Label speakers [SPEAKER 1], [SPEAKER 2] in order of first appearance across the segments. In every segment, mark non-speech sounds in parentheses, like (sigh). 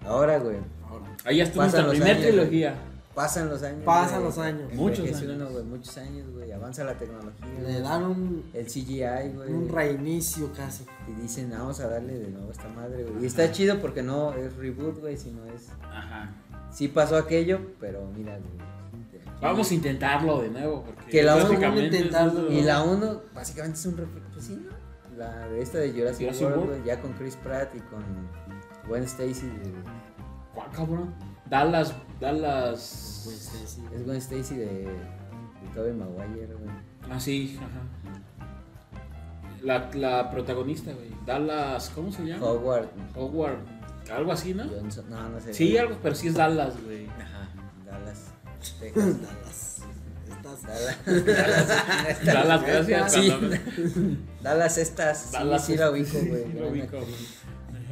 [SPEAKER 1] Ahora, güey.
[SPEAKER 2] Ahí ya estuvo
[SPEAKER 1] Pasan
[SPEAKER 2] nuestra
[SPEAKER 1] los
[SPEAKER 2] primera
[SPEAKER 1] años,
[SPEAKER 2] trilogía.
[SPEAKER 1] Pasan los años.
[SPEAKER 3] Pasan
[SPEAKER 1] güey.
[SPEAKER 3] los años.
[SPEAKER 2] Muchos
[SPEAKER 1] Envejece
[SPEAKER 2] años.
[SPEAKER 1] uno, güey, muchos años, güey. Avanza la tecnología.
[SPEAKER 3] Le
[SPEAKER 1] güey.
[SPEAKER 3] dan un,
[SPEAKER 1] El CGI, güey.
[SPEAKER 3] un reinicio casi.
[SPEAKER 1] Y dicen, vamos a darle de nuevo a esta madre, güey. Y está chido porque no es reboot, güey, sino es.
[SPEAKER 2] Ajá.
[SPEAKER 1] Sí pasó aquello, pero mira, güey.
[SPEAKER 2] Vamos a intentarlo de nuevo. Porque
[SPEAKER 1] Que la
[SPEAKER 2] prácticamente
[SPEAKER 3] vamos a
[SPEAKER 2] es
[SPEAKER 3] intentarlo.
[SPEAKER 2] nuestro-
[SPEAKER 1] Y la 1 básicamente es un reflejo, pues sí, ¿no? La de esta de Jurassic,
[SPEAKER 2] Jurassic
[SPEAKER 1] World,
[SPEAKER 2] World.
[SPEAKER 1] güey, ya con Chris Pratt y con Gwen Stacy. de-
[SPEAKER 2] ¿Cuál, cabrón? Dallas. Dallas.
[SPEAKER 3] Pues sí, sí.
[SPEAKER 1] Es Gwen Stacy de, de Tobey Maguire, güey.
[SPEAKER 2] Ah, sí, ajá. La, la protagonista, güey. Dallas. ¿Cómo se llama?
[SPEAKER 1] Howard
[SPEAKER 2] Howard. Algo así, ¿no?
[SPEAKER 1] Johnson. No, no sé.
[SPEAKER 2] Sí,
[SPEAKER 1] güey.
[SPEAKER 2] algo, pero sí es Dallas,
[SPEAKER 1] (laughs)
[SPEAKER 2] güey.
[SPEAKER 1] Ajá. Dallas. Texas.
[SPEAKER 3] Dallas. Estás-
[SPEAKER 1] Dallas.
[SPEAKER 2] Dallas, gracias.
[SPEAKER 1] Sí.
[SPEAKER 2] cuando-
[SPEAKER 1] Dallas estas.
[SPEAKER 2] Dallas
[SPEAKER 1] sí, sí
[SPEAKER 2] estas.
[SPEAKER 1] la ubico, güey.
[SPEAKER 2] (laughs) Sí, la
[SPEAKER 1] Gran
[SPEAKER 2] ubico.
[SPEAKER 1] actriz.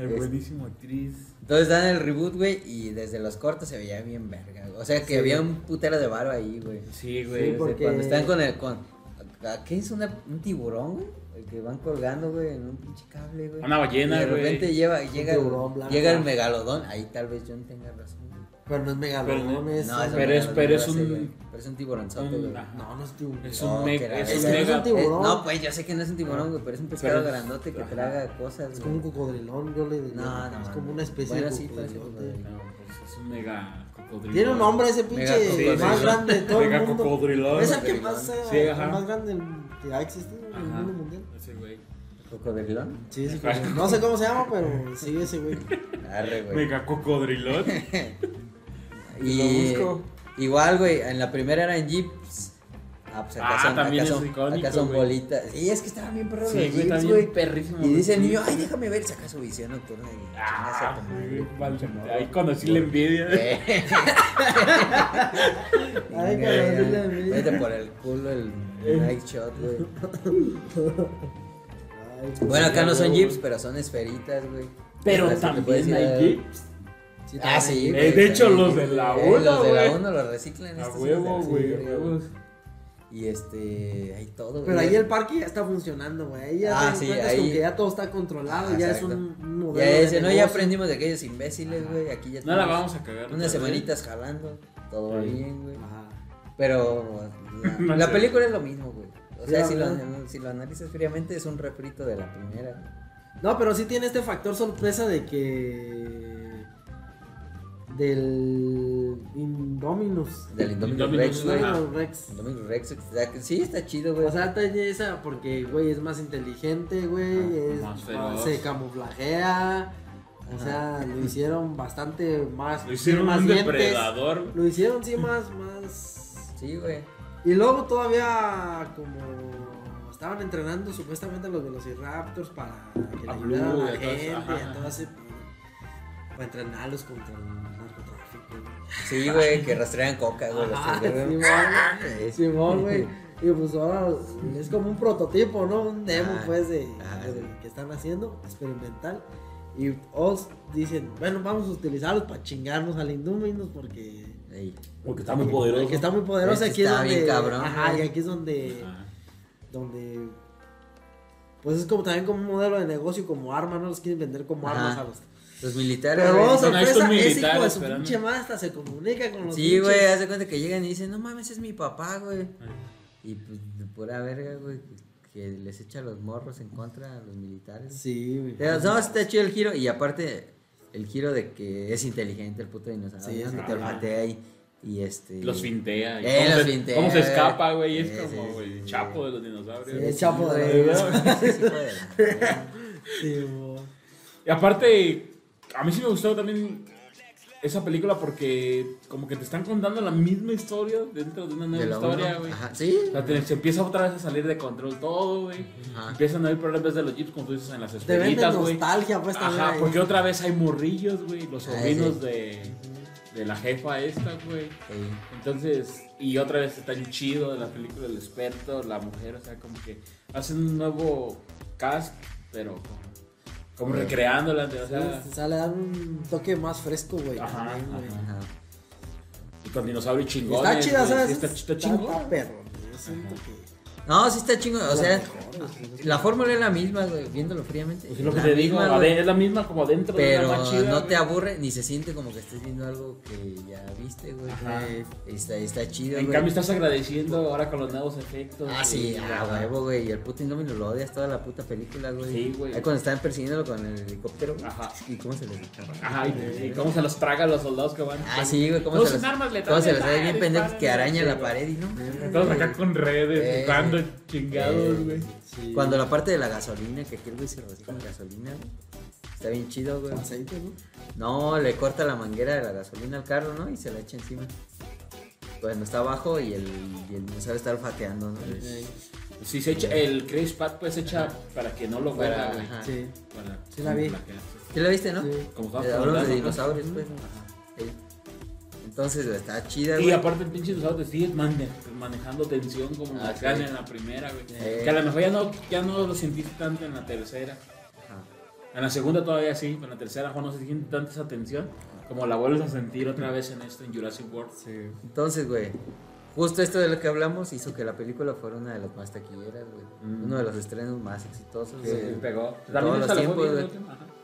[SPEAKER 4] Es buenísimo actriz.
[SPEAKER 1] Entonces dan el reboot, güey, y desde los cortos se veía bien verga. güey. O sea que había un putero de barba ahí, güey.
[SPEAKER 2] Sí,
[SPEAKER 1] Desde
[SPEAKER 2] güey.
[SPEAKER 3] Sí, porque-
[SPEAKER 1] Cuando están con el. Con, ¿a- ¿Qué es una- un tiburón, güey? El que van colgando, güey, en un pinche cable, güey.
[SPEAKER 2] Una ballena,
[SPEAKER 1] Y De
[SPEAKER 2] güey.
[SPEAKER 1] repente lleva, llega,
[SPEAKER 3] tiburón blanco.
[SPEAKER 1] llega el megalodón. Ahí tal vez John tenga razón. güey.
[SPEAKER 3] Pero no es megalodón,
[SPEAKER 2] Pero-
[SPEAKER 3] es.
[SPEAKER 1] No, es un
[SPEAKER 2] Pero es-
[SPEAKER 1] megalodón,
[SPEAKER 2] pero es
[SPEAKER 1] sí,
[SPEAKER 2] un-
[SPEAKER 1] güey. Pero es un tiburonzote,
[SPEAKER 2] un-
[SPEAKER 1] güey.
[SPEAKER 2] ajá.
[SPEAKER 3] No, no es tiburón.
[SPEAKER 2] Es
[SPEAKER 1] No,
[SPEAKER 2] un
[SPEAKER 1] que
[SPEAKER 2] mega.
[SPEAKER 1] la-
[SPEAKER 2] Es
[SPEAKER 1] es
[SPEAKER 2] un
[SPEAKER 1] que
[SPEAKER 3] es
[SPEAKER 2] mega.
[SPEAKER 3] un tiburón.
[SPEAKER 1] no, pues yo sé que no es un tiburón, güey, pero es un pescado
[SPEAKER 2] Pero es-
[SPEAKER 1] grandote que
[SPEAKER 2] ajá.
[SPEAKER 1] traga cosas,
[SPEAKER 3] Es
[SPEAKER 1] güey.
[SPEAKER 3] como un cocodrilón, yo le digo.
[SPEAKER 1] No, no,
[SPEAKER 3] Es
[SPEAKER 1] no.
[SPEAKER 3] como una especie
[SPEAKER 1] Bueno,
[SPEAKER 3] de
[SPEAKER 1] sí, parece
[SPEAKER 3] cocodrilote.
[SPEAKER 2] No, pues es un mega cocodrilo.
[SPEAKER 3] Tiene un nombre ese
[SPEAKER 1] Mega
[SPEAKER 3] pinche
[SPEAKER 1] cocodrilón.
[SPEAKER 3] más grande de todo
[SPEAKER 2] Mega
[SPEAKER 3] el mundo.
[SPEAKER 2] cocodrilón.
[SPEAKER 3] Es el que
[SPEAKER 1] Cocodrilón.
[SPEAKER 3] más, eh,
[SPEAKER 2] Sí, ajá.
[SPEAKER 3] el más grande que ha existido en el
[SPEAKER 2] Ajá.
[SPEAKER 3] mundo mundial.
[SPEAKER 2] Ese güey.
[SPEAKER 1] ¿Cocodrilón? (laughs)
[SPEAKER 3] Sí, ese güey. No sé cómo se llama, pero sí, ese güey.
[SPEAKER 1] Arre, güey.
[SPEAKER 2] Mega (laughs) cocodrilón.
[SPEAKER 1] Y
[SPEAKER 2] Lo busco.
[SPEAKER 1] igual, güey, en la primera era en jeeps. Ah, pues acá
[SPEAKER 2] Ah,
[SPEAKER 1] son,
[SPEAKER 2] también
[SPEAKER 1] acá
[SPEAKER 2] es
[SPEAKER 1] son,
[SPEAKER 2] icónico,
[SPEAKER 1] acá son
[SPEAKER 2] güey.
[SPEAKER 1] bolitas. Y es que estaban bien perros
[SPEAKER 2] Sí,
[SPEAKER 1] los
[SPEAKER 2] güey,
[SPEAKER 1] jeeps,
[SPEAKER 2] también
[SPEAKER 1] güey.
[SPEAKER 2] perrísimo,
[SPEAKER 1] Y dice el
[SPEAKER 2] güey.
[SPEAKER 1] niño, ay, déjame ver, saca su visión nocturna y chingas a
[SPEAKER 2] Ah,
[SPEAKER 1] tu
[SPEAKER 2] güey,
[SPEAKER 1] madre, pinche
[SPEAKER 2] maldita.
[SPEAKER 1] morro.
[SPEAKER 2] Ahí conocí la envidia.
[SPEAKER 1] Eh.
[SPEAKER 3] Ay,
[SPEAKER 1] Venga,
[SPEAKER 3] cabrón,
[SPEAKER 1] ya.
[SPEAKER 3] sí la vi.
[SPEAKER 1] Vete por el culo el night shot,
[SPEAKER 3] (laughs)
[SPEAKER 1] güey.
[SPEAKER 3] Ay,
[SPEAKER 1] Bueno, acá no son
[SPEAKER 2] güey.
[SPEAKER 1] jeeps, pero son esferitas, güey.
[SPEAKER 2] Pero
[SPEAKER 1] Las que te puedes
[SPEAKER 2] también
[SPEAKER 1] ir a-
[SPEAKER 2] hay jeeps.
[SPEAKER 3] sí,
[SPEAKER 1] Ah,
[SPEAKER 3] también.
[SPEAKER 1] sí.
[SPEAKER 2] Eh,
[SPEAKER 1] güey,
[SPEAKER 2] de hecho,
[SPEAKER 1] también,
[SPEAKER 2] los de la
[SPEAKER 1] güey.
[SPEAKER 2] uno,
[SPEAKER 1] Los de la
[SPEAKER 2] güey.
[SPEAKER 1] 1 los reciclan.
[SPEAKER 2] A
[SPEAKER 1] estos hijos de
[SPEAKER 2] huevo,
[SPEAKER 1] la
[SPEAKER 2] este güey, a
[SPEAKER 1] verga,
[SPEAKER 2] huevos.
[SPEAKER 1] Y este, hay todo,
[SPEAKER 3] Pero
[SPEAKER 1] güey.
[SPEAKER 3] ahí el parque ya está funcionando, güey. Ahí ya
[SPEAKER 1] Ah,
[SPEAKER 3] te
[SPEAKER 1] sí,
[SPEAKER 3] encuentras con
[SPEAKER 1] ahí-
[SPEAKER 3] que ya todo está controlado,
[SPEAKER 1] Ah,
[SPEAKER 3] ya es
[SPEAKER 1] exacto.
[SPEAKER 3] un un modelo.
[SPEAKER 1] Ya ese,
[SPEAKER 3] de
[SPEAKER 1] no, ya
[SPEAKER 3] negocio.
[SPEAKER 1] aprendimos de aquellos imbéciles, güey. Aquí ya
[SPEAKER 2] No la
[SPEAKER 1] tenemos
[SPEAKER 2] vamos a cagar. otra
[SPEAKER 1] Unas
[SPEAKER 2] vez.
[SPEAKER 1] semanitas jalando, todo va
[SPEAKER 2] Sí.
[SPEAKER 1] bien, güey.
[SPEAKER 3] Ajá. (laughs)
[SPEAKER 1] Pero la,
[SPEAKER 2] No
[SPEAKER 1] la
[SPEAKER 2] sé.
[SPEAKER 1] película es lo mismo, güey. O
[SPEAKER 3] Sí,
[SPEAKER 1] sea,
[SPEAKER 3] la
[SPEAKER 1] si lo,
[SPEAKER 3] verdad.
[SPEAKER 1] si lo analizas fríamente, es un refrito de la primera.
[SPEAKER 3] No, pero sí tiene este factor sorpresa de que. Del. Indominus.
[SPEAKER 1] Del Indominus Rex,
[SPEAKER 2] Indominus
[SPEAKER 1] güey.
[SPEAKER 2] Ajá.
[SPEAKER 3] Indominus Rex.
[SPEAKER 1] Indominus Rex, o sea, que sí, está chido, güey.
[SPEAKER 3] O sea, tiene esa porque, güey, es más inteligente, güey.
[SPEAKER 2] Ah,
[SPEAKER 3] es-
[SPEAKER 2] más feroz.
[SPEAKER 3] se camuflajea. O sea, lo hicieron bastante más.
[SPEAKER 2] Lo hicieron
[SPEAKER 3] más
[SPEAKER 2] un
[SPEAKER 3] dientes.
[SPEAKER 2] depredador.
[SPEAKER 3] Lo hicieron, sí, más, más.
[SPEAKER 1] sí, güey.
[SPEAKER 3] Y luego todavía, como estaban entrenando supuestamente a los velociraptors para que le
[SPEAKER 2] A Blue
[SPEAKER 3] ayudaran a la
[SPEAKER 2] y a todos,
[SPEAKER 3] gente y
[SPEAKER 2] ajá.
[SPEAKER 3] a todo ese. Para entrenarlos contra el narcotráfico.
[SPEAKER 1] Sí, güey, que rastrean coca, güey.
[SPEAKER 3] Ajá,
[SPEAKER 1] los tres, güey.
[SPEAKER 3] (laughs) Simón. Simón, güey. Y pues ahora es como un prototipo, ¿no? Un demo,
[SPEAKER 1] Ah,
[SPEAKER 3] pues, de,
[SPEAKER 1] ah,
[SPEAKER 3] de
[SPEAKER 1] sí.
[SPEAKER 3] que están haciendo, experimental. Y todos dicen, bueno, vamos a utilizarlos para chingarnos al Indominus porque...
[SPEAKER 1] Ey.
[SPEAKER 2] Porque está muy
[SPEAKER 3] Que está muy poderoso.
[SPEAKER 1] Este
[SPEAKER 3] Aquí es
[SPEAKER 1] está
[SPEAKER 3] donde...
[SPEAKER 1] bien cabrón,
[SPEAKER 3] ajá,
[SPEAKER 1] güey.
[SPEAKER 3] y aquí es donde... Donde... Pues es como también como un modelo de negocio, como arma, ¿no? Los quieren vender como
[SPEAKER 1] Ajá.
[SPEAKER 3] armas a los...
[SPEAKER 1] Los militares.
[SPEAKER 3] Pero
[SPEAKER 1] güey,
[SPEAKER 3] vamos
[SPEAKER 2] dicen, "Ahí está un
[SPEAKER 3] sorpresa, ese hijo
[SPEAKER 2] militar
[SPEAKER 3] de su
[SPEAKER 2] esperando".
[SPEAKER 3] pinche madre hasta se comunica con los
[SPEAKER 1] Sí, güey,
[SPEAKER 3] pinches-
[SPEAKER 1] haz de cuenta que llegan y dicen, no mames, es mi papá, güey. Y pues de pura verga, güey, que les echa los morros en contra a los militares.
[SPEAKER 3] Sí, güey.
[SPEAKER 1] Pero no, este está chido el giro. Y aparte, el giro de que es inteligente el puto dinosaurio.
[SPEAKER 3] Sí,
[SPEAKER 1] ¿no?
[SPEAKER 3] es
[SPEAKER 1] que te
[SPEAKER 2] normal.
[SPEAKER 1] lo maté ahí. Y este.
[SPEAKER 2] Los fintea. y
[SPEAKER 1] Eh,
[SPEAKER 2] cómo
[SPEAKER 1] los
[SPEAKER 2] se-
[SPEAKER 1] fintea,
[SPEAKER 2] ¿Cómo se
[SPEAKER 1] güey.
[SPEAKER 2] escapa, güey? Es
[SPEAKER 1] Sí, sí,
[SPEAKER 2] como güey,
[SPEAKER 1] sí,
[SPEAKER 2] el
[SPEAKER 1] sí.
[SPEAKER 2] chapo de los
[SPEAKER 1] Sí,
[SPEAKER 3] El
[SPEAKER 2] dinosaurios.
[SPEAKER 1] sí,
[SPEAKER 3] Chapo
[SPEAKER 1] güey, sí,
[SPEAKER 3] de-
[SPEAKER 1] (laughs) sí, sí,
[SPEAKER 2] (laughs)
[SPEAKER 1] güey.
[SPEAKER 3] Sí, güey.
[SPEAKER 2] Y aparte, a mí sí me gustó también esa película porque como que te están contando la misma historia dentro de una nueva
[SPEAKER 1] De la
[SPEAKER 2] historia,
[SPEAKER 1] uno.
[SPEAKER 2] güey.
[SPEAKER 1] Ajá, Sí.
[SPEAKER 2] O sea, te- se empieza otra vez a salir de control todo, güey.
[SPEAKER 1] Ajá.
[SPEAKER 2] Empiezan a haber problemas de los jeeps, como tú dices, en las
[SPEAKER 3] Te venden
[SPEAKER 2] escuelitas, güey.
[SPEAKER 3] nostalgia, pues también.
[SPEAKER 2] Ajá,
[SPEAKER 3] ahí.
[SPEAKER 2] porque otra vez hay morrillos, güey. Los
[SPEAKER 1] Ah,
[SPEAKER 2] sobrinos
[SPEAKER 1] sí.
[SPEAKER 2] de, de la jefa esta, güey.
[SPEAKER 1] Sí.
[SPEAKER 2] Entonces, y otra vez está bien chido de la película El experto, la mujer, o sea, como que hacen un nuevo cast, pero como, como recreándola, o sea,
[SPEAKER 3] O sea, le dan un toque más fresco, güey.
[SPEAKER 2] Ajá,
[SPEAKER 3] también, güey.
[SPEAKER 2] ajá.
[SPEAKER 1] Ajá.
[SPEAKER 2] y con dinosaurio chingón.
[SPEAKER 3] Está chida, ¿sabes?
[SPEAKER 2] Está, está chingón.
[SPEAKER 3] Está perro. güey. Yo siento que.
[SPEAKER 1] No, sí está chingo. O sea, la fórmula es la misma, güey, viéndolo fríamente.
[SPEAKER 2] Pues es lo que
[SPEAKER 1] La
[SPEAKER 2] te digo,
[SPEAKER 1] misma,
[SPEAKER 2] a
[SPEAKER 1] güey,
[SPEAKER 2] ver, es la misma como dentro de una
[SPEAKER 1] Pero
[SPEAKER 2] más chida,
[SPEAKER 1] no te
[SPEAKER 2] güey.
[SPEAKER 1] aburre ni se siente como que estés viendo algo que ya viste, güey.
[SPEAKER 2] Ajá.
[SPEAKER 1] Está, está chido,
[SPEAKER 2] En
[SPEAKER 1] güey.
[SPEAKER 2] cambio estás agradeciendo ahora con los nuevos efectos.
[SPEAKER 1] Ah, sí,
[SPEAKER 2] y-
[SPEAKER 1] a huevo, güey. Y el puto Indomino lo odias toda la puta película, güey.
[SPEAKER 2] Sí, güey.
[SPEAKER 1] Ahí cuando estaban persiguiéndolo con el helicóptero. güey.
[SPEAKER 2] Ajá.
[SPEAKER 1] ¿Y cómo se les
[SPEAKER 2] Ajá, y, y cómo se los traga a los soldados que van.
[SPEAKER 1] Ah, sí, güey. ¿Cómo
[SPEAKER 2] No
[SPEAKER 1] se
[SPEAKER 2] usen
[SPEAKER 1] los,
[SPEAKER 2] armas letales,
[SPEAKER 1] cómo se los hace
[SPEAKER 2] ah,
[SPEAKER 1] bien pendejos que
[SPEAKER 2] disparen,
[SPEAKER 1] araña
[SPEAKER 2] sí,
[SPEAKER 1] la
[SPEAKER 2] güey.
[SPEAKER 1] pared y no?
[SPEAKER 4] Todos acá con
[SPEAKER 1] Eh,
[SPEAKER 4] redes, jugando
[SPEAKER 1] eh.
[SPEAKER 4] chingados, güey.
[SPEAKER 3] Sí.
[SPEAKER 1] Cuando la parte de la gasolina, que aquel güey se rociaba con gasolina, güey. Está bien chido, güey.
[SPEAKER 3] aceite, ¿no?
[SPEAKER 1] No, le corta la manguera de la gasolina al carro, ¿no? Y se la echa encima. Cuando está abajo y el, y el dinosaurio está olfateando, ¿no?
[SPEAKER 3] Eh,
[SPEAKER 2] Si se echa, el Craze Pad pues se echa para que no lo
[SPEAKER 1] Para-
[SPEAKER 2] vea, güey.
[SPEAKER 1] ajá.
[SPEAKER 3] Sí.
[SPEAKER 2] Para-
[SPEAKER 3] Sí la vi.
[SPEAKER 2] para que-
[SPEAKER 1] ¿Sí lo viste, no?
[SPEAKER 3] Sí.
[SPEAKER 2] Como
[SPEAKER 1] Eh,
[SPEAKER 2] estaba
[SPEAKER 1] Hablamos de
[SPEAKER 2] hablando, ¿no?
[SPEAKER 1] dinosaurios, pues. ¿no? Sí. Entonces, güey, está chida,
[SPEAKER 2] Y
[SPEAKER 1] güey.
[SPEAKER 2] aparte el pinche dinosaurio te sigue mane- manejando tensión como
[SPEAKER 1] Ah,
[SPEAKER 2] la
[SPEAKER 1] sí.
[SPEAKER 2] carne en la primera, güey.
[SPEAKER 1] Eh.
[SPEAKER 2] Que a lo mejor ya no, ya no lo sentiste tanto en la tercera.
[SPEAKER 1] Ajá.
[SPEAKER 2] En la segunda todavía sí, pero en la tercera a lo mejor no se siente tanta esa tensión como la vuelves a sentir otra vez en esto, en Jurassic World.
[SPEAKER 3] Sí.
[SPEAKER 1] Entonces, güey, justo esto de lo que hablamos hizo que la película fuera una de las más taquilleras, güey.
[SPEAKER 2] Mm.
[SPEAKER 1] Uno de los estrenos más exitosos.
[SPEAKER 2] Sí,
[SPEAKER 1] de-
[SPEAKER 2] pegó.
[SPEAKER 1] todos
[SPEAKER 2] También
[SPEAKER 1] los
[SPEAKER 2] esta la fue
[SPEAKER 1] tiempos,
[SPEAKER 2] bien,
[SPEAKER 1] güey.
[SPEAKER 2] ¿no? Ajá.